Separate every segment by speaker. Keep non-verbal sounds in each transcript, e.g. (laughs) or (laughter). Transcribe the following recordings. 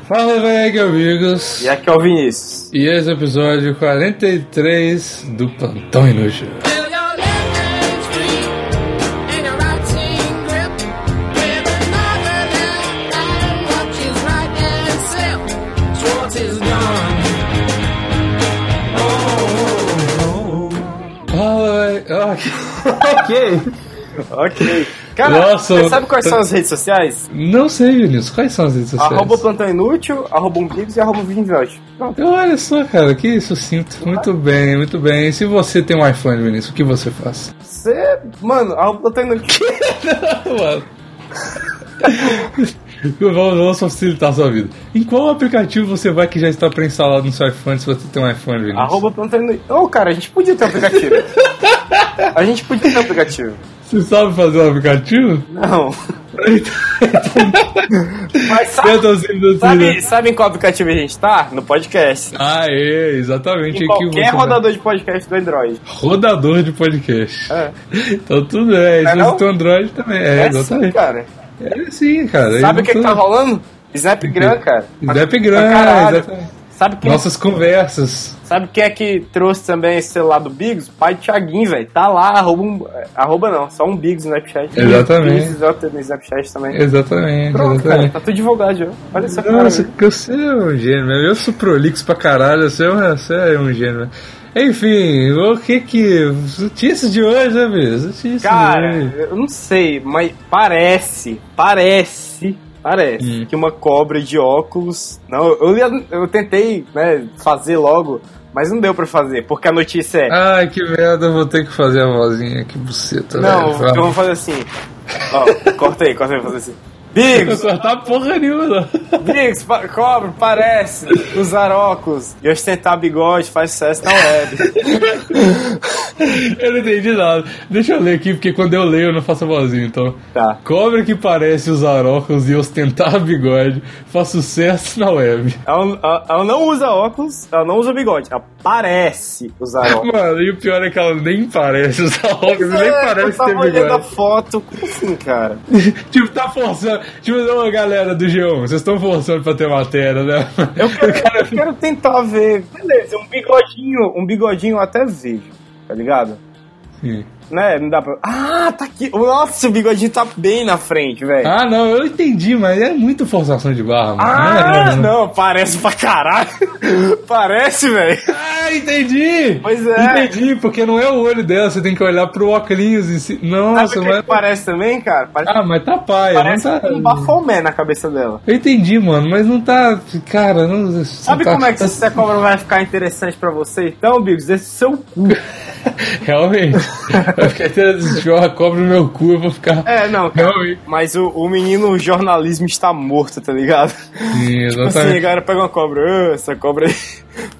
Speaker 1: Fala, VEG amigos!
Speaker 2: E aqui é o Vinícius.
Speaker 1: E esse é o episódio 43 do Plantão Inútil.
Speaker 3: Feel your left hand's free and your right hand grip with another left hand watches right hand slip. Schwartz is gone.
Speaker 1: Fala, VEG... Ah, que-
Speaker 2: Ok. ok. Cara,
Speaker 1: Nossa,
Speaker 2: você sabe quais
Speaker 1: tá-
Speaker 2: são as redes sociais?
Speaker 1: Não sei, Vinícius, quais são as redes sociais?
Speaker 2: Arroba Plantão Inútil, arroba Umbrix e arroba Vinvelt.
Speaker 1: Olha só, cara, que sucinto. Muito bem, muito bem. E se você tem um iPhone, Vinícius, o que você faz?
Speaker 2: Você... Mano, arroba Plantão Inútil.
Speaker 1: Mano. vamos, vamos facilitar a sua vida. Em qual aplicativo você vai que já está pré-instalado no seu iPhone se você tem um iPhone, Vinícius?
Speaker 2: arroba Plantão Inútil. Ô, cara, a gente podia ter um aplicativo. a gente podia ter um aplicativo.
Speaker 1: Você sabe fazer um aplicativo?
Speaker 2: Não. Mas
Speaker 1: (laughs) Eu
Speaker 2: sabe...
Speaker 1: tô assim, né? sempre
Speaker 2: Sabe, sabe em qual aplicativo a gente tá? No podcast.
Speaker 1: Ah, é, exatamente.
Speaker 2: Em
Speaker 1: é que você
Speaker 2: qualquer rodador de podcast do Android.
Speaker 1: vai- rodador de podcast.
Speaker 2: É.
Speaker 1: (laughs) Então tudo é.
Speaker 2: Não é
Speaker 1: Se
Speaker 2: não?
Speaker 1: você tem Android também. É,
Speaker 2: É assim,
Speaker 1: exatamente.
Speaker 2: cara.
Speaker 1: É sim, cara.
Speaker 2: Sabe o que,
Speaker 1: é
Speaker 2: que tá rolando? Snapgram, cara.
Speaker 1: Snapgram,
Speaker 2: Pra caralho.
Speaker 1: exatamente.
Speaker 2: Sabe quem,
Speaker 1: Nossas conversas.
Speaker 2: sabe quem é que trouxe também esse celular do Biggs? Pai do Thiaguinho, velho. Tá lá, arroba, um, arroba não, só um Biggs no Snapchat.
Speaker 1: Exatamente.
Speaker 2: Biggs Zota no Snapchat também.
Speaker 1: Exatamente,
Speaker 2: Pronto, cara,
Speaker 1: exatamente.
Speaker 2: tá tudo divulgado já. Olha essa cara.
Speaker 1: Nossa,
Speaker 2: velho.
Speaker 1: que você é um gênio, meu. Eu sou prolixo pra caralho, você é um, você é um gênio. meu. Enfim, o que que. Os notícias de hoje, né, mesmo? Notícias
Speaker 2: Cara,
Speaker 1: de hoje.
Speaker 2: eu não sei, mas parece, parece, parece
Speaker 1: Hum.
Speaker 2: que uma cobra de óculos. Não, eu, eu, eu tentei né, fazer logo, mas não deu pra fazer, porque a notícia é.
Speaker 1: Ai, que merda, eu vou ter que fazer a vozinha, que buceta,
Speaker 2: Não,
Speaker 1: velho.
Speaker 2: eu vou fazer assim. Ó, corta aí, corta aí, vou fazer assim. Bigos,
Speaker 1: cortar porra nenhuma, não.
Speaker 2: Bigos, pa cobra, parece usar óculos e ostentar bigode faz sucesso na web.
Speaker 1: Eu não entendi nada. Deixa eu ler aqui, porque quando eu leio eu não faço a vozinha, então.
Speaker 2: Tá.
Speaker 1: Cobra que parece usar óculos e ostentar (laughs) bigode faz sucesso na web.
Speaker 2: Ela, ela- ela não usa óculos, ela não usa bigode, ela parece usar óculos.
Speaker 1: Mano, e o pior é que ela nem parece usar óculos, nem
Speaker 2: É, eu
Speaker 1: parece ter
Speaker 2: tava olhando a
Speaker 1: bigode.
Speaker 2: foto, como assim, cara?
Speaker 1: (laughs) Tipo, tá forçando. Tipo, ô galera do G1, vocês estão forçando pra ter matéria, né? (laughs)
Speaker 2: Eu quero, eu quero tentar ver. Beleza, um bigodinho, um bigodinho eu até vejo, tá ligado?
Speaker 1: Sim.
Speaker 2: Né, não dá pra. Ah, tá aqui. Nossa, o bigodinho tá bem na frente, velho.
Speaker 1: Ah, não, eu entendi, mas é muito forçação de barra, mano. é né?
Speaker 2: Ah, não, parece pra caralho. (laughs) parece, velho.
Speaker 1: Ah, entendi!
Speaker 2: Pois é.
Speaker 1: Entendi, porque não é o olho dela, você tem que olhar pro óculos em si.
Speaker 2: Sabe
Speaker 1: Nossa,
Speaker 2: o que,
Speaker 1: mas.
Speaker 2: que parece também, cara? Parece,
Speaker 1: Ah, mas tá paia.
Speaker 2: parece
Speaker 1: não tá...
Speaker 2: um bafomé na cabeça dela.
Speaker 1: Eu entendi, mano, mas não tá. Cara, não.
Speaker 2: Sabe
Speaker 1: não tá-
Speaker 2: como é que essa cobra vai ficar interessante pra você? Então, Bigos, esse seu cu.
Speaker 1: (laughs)
Speaker 2: (laughs)
Speaker 1: Realmente. Vai ficar tendo esse jogo, a cobra no meu cu, eu vou ficar.
Speaker 2: É, não, cara.
Speaker 1: Realmente.
Speaker 2: Mas o, o menino jornalismo está morto, tá ligado?
Speaker 1: Sim,
Speaker 2: Tipo assim, a
Speaker 1: exatamente.
Speaker 2: galera pega uma cobra. "Ah, essa cobra aí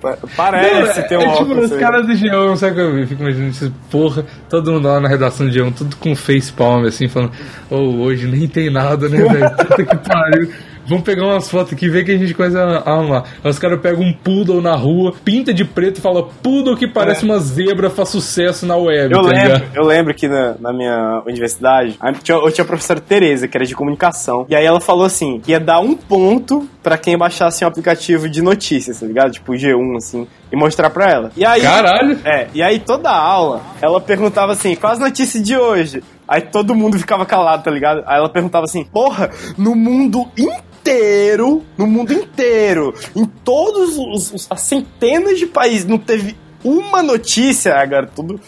Speaker 2: pa- parece
Speaker 1: Não,
Speaker 2: ter um
Speaker 1: é tipo,
Speaker 2: óculos.
Speaker 1: os
Speaker 2: sei lá."
Speaker 1: caras do G1, não sabe o que eu vi? Fico imaginando esses porra, todo mundo lá na redação do G1, tudo com face palm, assim, falando, ô, hoje nem tem nada, né,
Speaker 2: (laughs)
Speaker 1: velho? Puta que pariu. Vamos pegar umas fotos aqui, ver que a gente coisa a amar. Aí Os caras pegam um poodle na rua, pinta de preto e fala poodle que parece uma zebra, faz sucesso na web,
Speaker 2: É. Eu
Speaker 1: tá
Speaker 2: lembro,
Speaker 1: ligado?
Speaker 2: eu lembro que na, na minha universidade, a- tinha- eu tinha a professora Tereza, que era de comunicação. E aí ela falou assim: que ia dar um ponto pra quem baixasse um aplicativo de notícias, tá ligado? Tipo G1, assim, e mostrar pra ela. E aí.
Speaker 1: Caralho!
Speaker 2: É, e aí toda a aula, ela perguntava assim: quais notícias de hoje? Aí todo mundo ficava calado, tá ligado? Aí ela perguntava assim: porra, no mundo inteiro, no mundo inteiro, em todos os, os- as centenas de países, não teve uma notícia, agora tudo.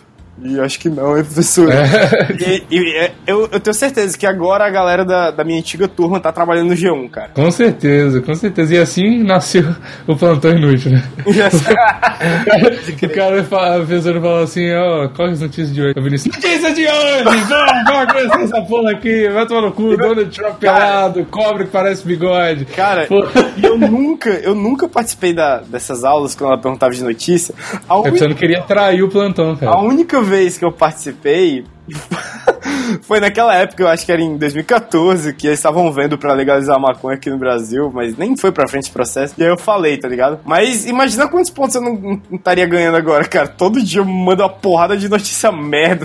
Speaker 2: E acho que não, hein, professor? E, e, é, eu, eu tenho certeza que agora a galera da, da minha antiga turma tá trabalhando no G1,
Speaker 1: (laughs)
Speaker 2: cara.
Speaker 1: Com certeza, com certeza. E assim nasceu o plantão inútil, né? o cara fala, a pessoa fala assim, ó, qual é as notícias de hoje? O Vinícius, notícia de hoje! Vamos,
Speaker 2: (laughs)
Speaker 1: vamos conhecer essa porra aqui, vai tomar no cu, Donald Trump pelado, cobra que parece bigode.
Speaker 2: é Cara,
Speaker 1: Pô.
Speaker 2: e eu nunca, eu nunca participei da, dessas aulas quando ela perguntava de notícia. A,
Speaker 1: É (laughs)
Speaker 2: uni- um
Speaker 1: porque você não queria trair o plantão,
Speaker 2: a
Speaker 1: cara.
Speaker 2: única vez que eu participei (laughs) Foi naquela época, eu acho que era em 2014, que eles estavam vendo pra legalizar a maconha aqui no Brasil, mas nem foi pra frente o processo. E aí eu falei, tá ligado? Mas imagina quantos pontos eu não não estaria ganhando agora, cara. Todo dia eu mando uma porrada de notícia merda,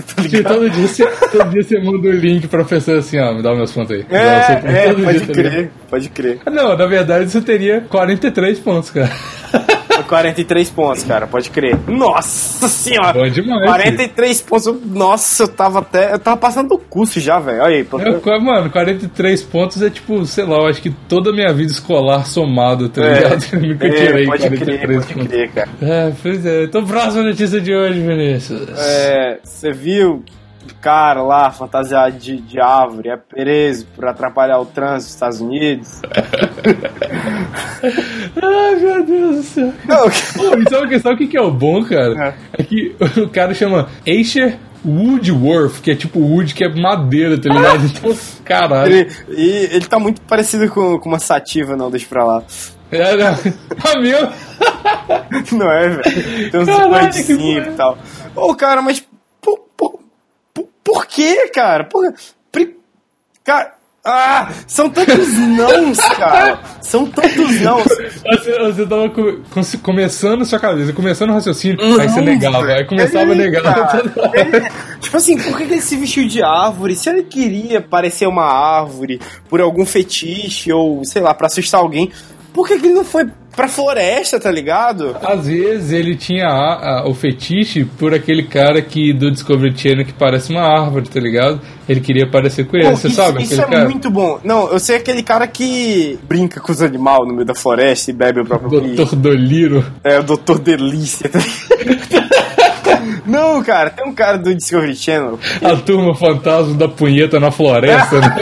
Speaker 1: (laughs)
Speaker 2: tá
Speaker 1: Porque
Speaker 2: ligado?
Speaker 1: todo dia, você, todo dia você manda o link pra pessoa assim, ó, me dá meus pontos aí. Me dá o seu ponto.
Speaker 2: É, é,
Speaker 1: Todo
Speaker 2: pode
Speaker 1: dia, tá ligado?
Speaker 2: crer, pode crer.
Speaker 1: Não, na verdade você teria 43 pontos,
Speaker 2: (laughs)
Speaker 1: cara.
Speaker 2: 43 pontos, cara, pode crer. Nossa senhora!
Speaker 1: Bom demais,
Speaker 2: 43 pontos, eu- nossa, eu tava até. Eu tava passando do curso já, velho. Olha aí, pra-
Speaker 1: É, qua- mano, 43 pontos é tipo, sei lá, eu acho que toda a minha vida escolar somada, tá
Speaker 2: É,
Speaker 1: ligado? (laughs) Eu nunca tirei
Speaker 2: é, pode
Speaker 1: 43
Speaker 2: crer, pode
Speaker 1: pontos.
Speaker 2: crer, cara.
Speaker 1: É, pois é. Então, próxima notícia de hoje, Vinícius.
Speaker 2: É, você viu o cara lá fantasiado de, de árvore, é preso por atrapalhar o trânsito dos
Speaker 1: (laughs)
Speaker 2: Estados Unidos?
Speaker 1: Ai, meu Deus do céu.
Speaker 2: Não, (laughs)
Speaker 1: Pô, e sabe, o que- sabe o que que é o bom, cara? É, que (laughs) o cara chama Asher Woodworth, que é tipo wood, que é madeira, tá ligado? Então, caralho.
Speaker 2: ele, e ele tá muito parecido com, com uma sativa, não, deixa pra lá.
Speaker 1: É, não. Ah, meu.
Speaker 2: (laughs) Não é, velho? Tem uns
Speaker 1: Caralho,
Speaker 2: bigodezinhos
Speaker 1: que
Speaker 2: e tal. Ô, cara, mas por, por, por, por que, cara? Por, pri- cara, ah, são tantos nãos, cara.
Speaker 1: (laughs)
Speaker 2: São tantos nãos.
Speaker 1: Você, você tava co- com- começando sua cabeça, começando o raciocínio, aí você
Speaker 2: Não,
Speaker 1: negava,
Speaker 2: velho.
Speaker 1: aí começava a
Speaker 2: Ei,
Speaker 1: negar.
Speaker 2: cara. Ele- tipo assim, por que que ele se vestiu de árvore? Se ele queria parecer uma árvore por algum fetiche ou, sei lá, pra assustar alguém, por que que ele não foi pra floresta, tá ligado?
Speaker 1: Às vezes ele tinha a- a- o fetiche por aquele cara que do Discovery Channel que parece uma árvore, tá ligado? Ele queria parecer com ele,
Speaker 2: Pô,
Speaker 1: você
Speaker 2: isso,
Speaker 1: sabe?
Speaker 2: isso
Speaker 1: aquele
Speaker 2: é
Speaker 1: cara.
Speaker 2: muito bom. Não, eu sei aquele cara que brinca com os animais no meio da floresta e bebe o próprio rio.
Speaker 1: Doutor Doliro.
Speaker 2: É o Doutor Delícia. tá ligado? Não, cara, tem um cara do Discovery Channel.
Speaker 1: A turma fantasma da punheta na floresta, né?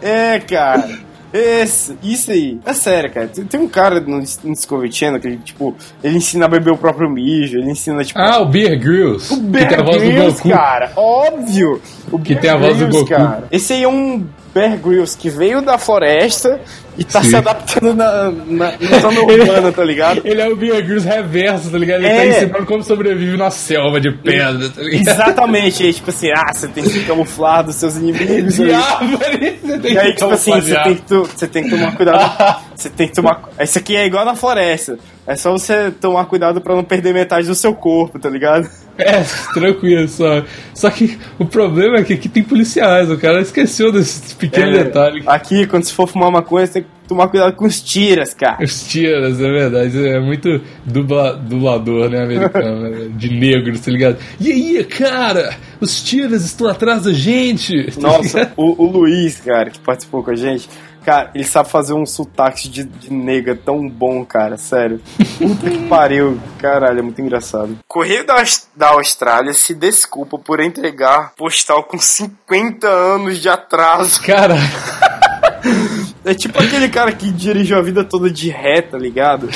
Speaker 2: É, cara. Esse, isso aí. É sério, cara. Tem, tem um cara no, no Discovery Channel que, tipo, ele ensina a beber o próprio mijo, ele ensina, tipo,
Speaker 1: (laughs) Ah, o Beer Grylls.
Speaker 2: O
Speaker 1: que tem a
Speaker 2: Bear
Speaker 1: voz do
Speaker 2: Grylls,
Speaker 1: Goku.
Speaker 2: cara, óbvio. O
Speaker 1: Que
Speaker 2: Bear
Speaker 1: tem a voz do Goku.
Speaker 2: Esse aí é um Bear Grylls que veio da floresta e tá
Speaker 1: Sim.
Speaker 2: se adaptando na, na, na zona urbana,
Speaker 1: (laughs)
Speaker 2: tá ligado?
Speaker 1: Ele é o Beer Grylls reverso, tá ligado? Ele tá
Speaker 2: É.
Speaker 1: ensinando como sobrevive na selva de pedra, tá ligado?
Speaker 2: Exatamente, é tipo assim, ah, você tem que se camuflar dos seus
Speaker 1: (laughs)
Speaker 2: inimigos.
Speaker 1: De
Speaker 2: né?
Speaker 1: árvore, você tem
Speaker 2: E aí,
Speaker 1: que
Speaker 2: tipo assim, você
Speaker 1: camuflagear.
Speaker 2: tem, que, tu- você tem que tomar cuidado. Você tem que tomar. Isso aqui é igual na floresta. É só você tomar cuidado pra não perder metade do seu corpo, tá ligado?
Speaker 1: É, tranquilo, só. Só que o problema é que aqui tem policiais, o cara esqueceu desse pequeno
Speaker 2: É,
Speaker 1: detalhe.
Speaker 2: Aqui, quando você for fumar maconha, você tem que tomar cuidado com os tiras, cara.
Speaker 1: Os tiras, é verdade, é muito dubla, dublador, né, americano, né, de negro, tá ligado? E aí, cara, os tiras estão atrás da gente! tá ligado?
Speaker 2: Nossa, o, o Luiz, cara, que participou com a gente, cara, ele sabe fazer um sotaque de, de nega tão bom, cara, sério. Puta que pariu, caralho, é muito engraçado. Correio da, Aus- da Austrália se desculpa por entregar postal com 50 anos de atraso.
Speaker 1: (laughs) Cara,
Speaker 2: É tipo aquele cara que dirigiu a vida toda de ré, tá ligado?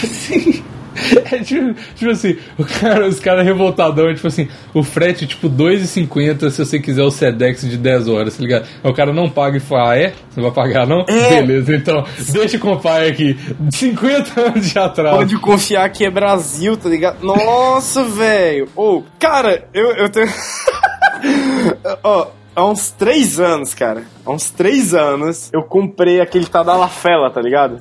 Speaker 1: é tipo, tipo assim, o cara, os caras revoltadão, é tipo assim, o frete é tipo 2,50 se você quiser o Sedex de 10 horas, tá ligado? Aí O cara não paga e fala, ah, é? Você não vai pagar não?
Speaker 2: É.
Speaker 1: Beleza, então, deixa com o pai aqui, 50 anos de atraso.
Speaker 2: Pode confiar que é Brasil, tá ligado? Nossa, velho! Ô, cara, eu, eu tenho. (laughs) Ó, há uns três anos, cara. Há uns três anos eu comprei aquele Tadalafela,
Speaker 1: (laughs)
Speaker 2: tá ligado?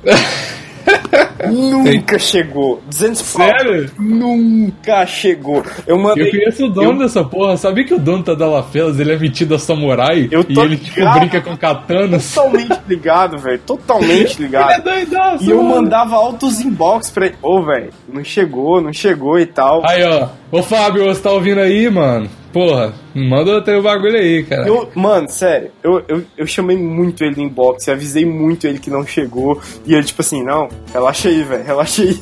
Speaker 2: Nunca chegou. 200 pau.
Speaker 1: Sério?
Speaker 2: Nunca chegou. Eu mandei.
Speaker 1: Eu conheço o dono dessa porra. Sabia que o dono tá da Lafelas, ele é metido a samurai
Speaker 2: Eu
Speaker 1: e
Speaker 2: tô
Speaker 1: ele tipo,
Speaker 2: ligado.
Speaker 1: brinca com katanas.
Speaker 2: Totalmente ligado, velho.
Speaker 1: (laughs)
Speaker 2: Totalmente
Speaker 1: Ele é
Speaker 2: ligado.
Speaker 1: doidaço.
Speaker 2: E eu
Speaker 1: mano.
Speaker 2: mandava altos inbox pra ele. Ô, velho, não chegou, não chegou e tal.
Speaker 1: Aí, ó. Ô Fábio, você tá ouvindo aí, mano? Porra, manda teu bagulho Tá aí, cara.
Speaker 2: Eu, mano, sério, eu, eu, eu chamei muito ele no inbox, eu avisei muito ele que não chegou. E ele, tipo assim, não, relaxa aí, velho, relaxa aí.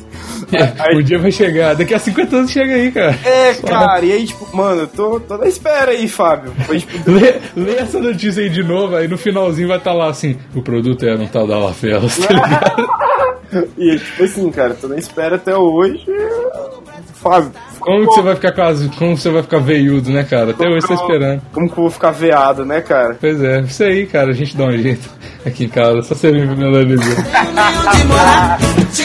Speaker 1: É,
Speaker 2: (laughs) Aí-
Speaker 1: (laughs) o dia vai chegar. Daqui a 50 anos chega aí, cara.
Speaker 2: É, cara, e aí, tipo, mano, eu tô, tô na espera aí, Fábio. Foi, tipo,
Speaker 1: (laughs) Lê, lê essa notícia aí de novo, aí no finalzinho vai estar lá assim: o produto é no tal da Lafelas. tá
Speaker 2: é?
Speaker 1: ligado?
Speaker 2: e ele, tipo assim, cara, tô na espera até hoje. Fábio,
Speaker 1: (laughs) Como que você vai ficar quase. Como você vai ficar veiudo, né, cara? Até hoje você tá esperando.
Speaker 2: como que eu vou ficar veado, né, cara?
Speaker 1: Pois é, isso aí, cara, a gente dá um jeito aqui em casa, só servir pra minha
Speaker 3: Onde morar? Se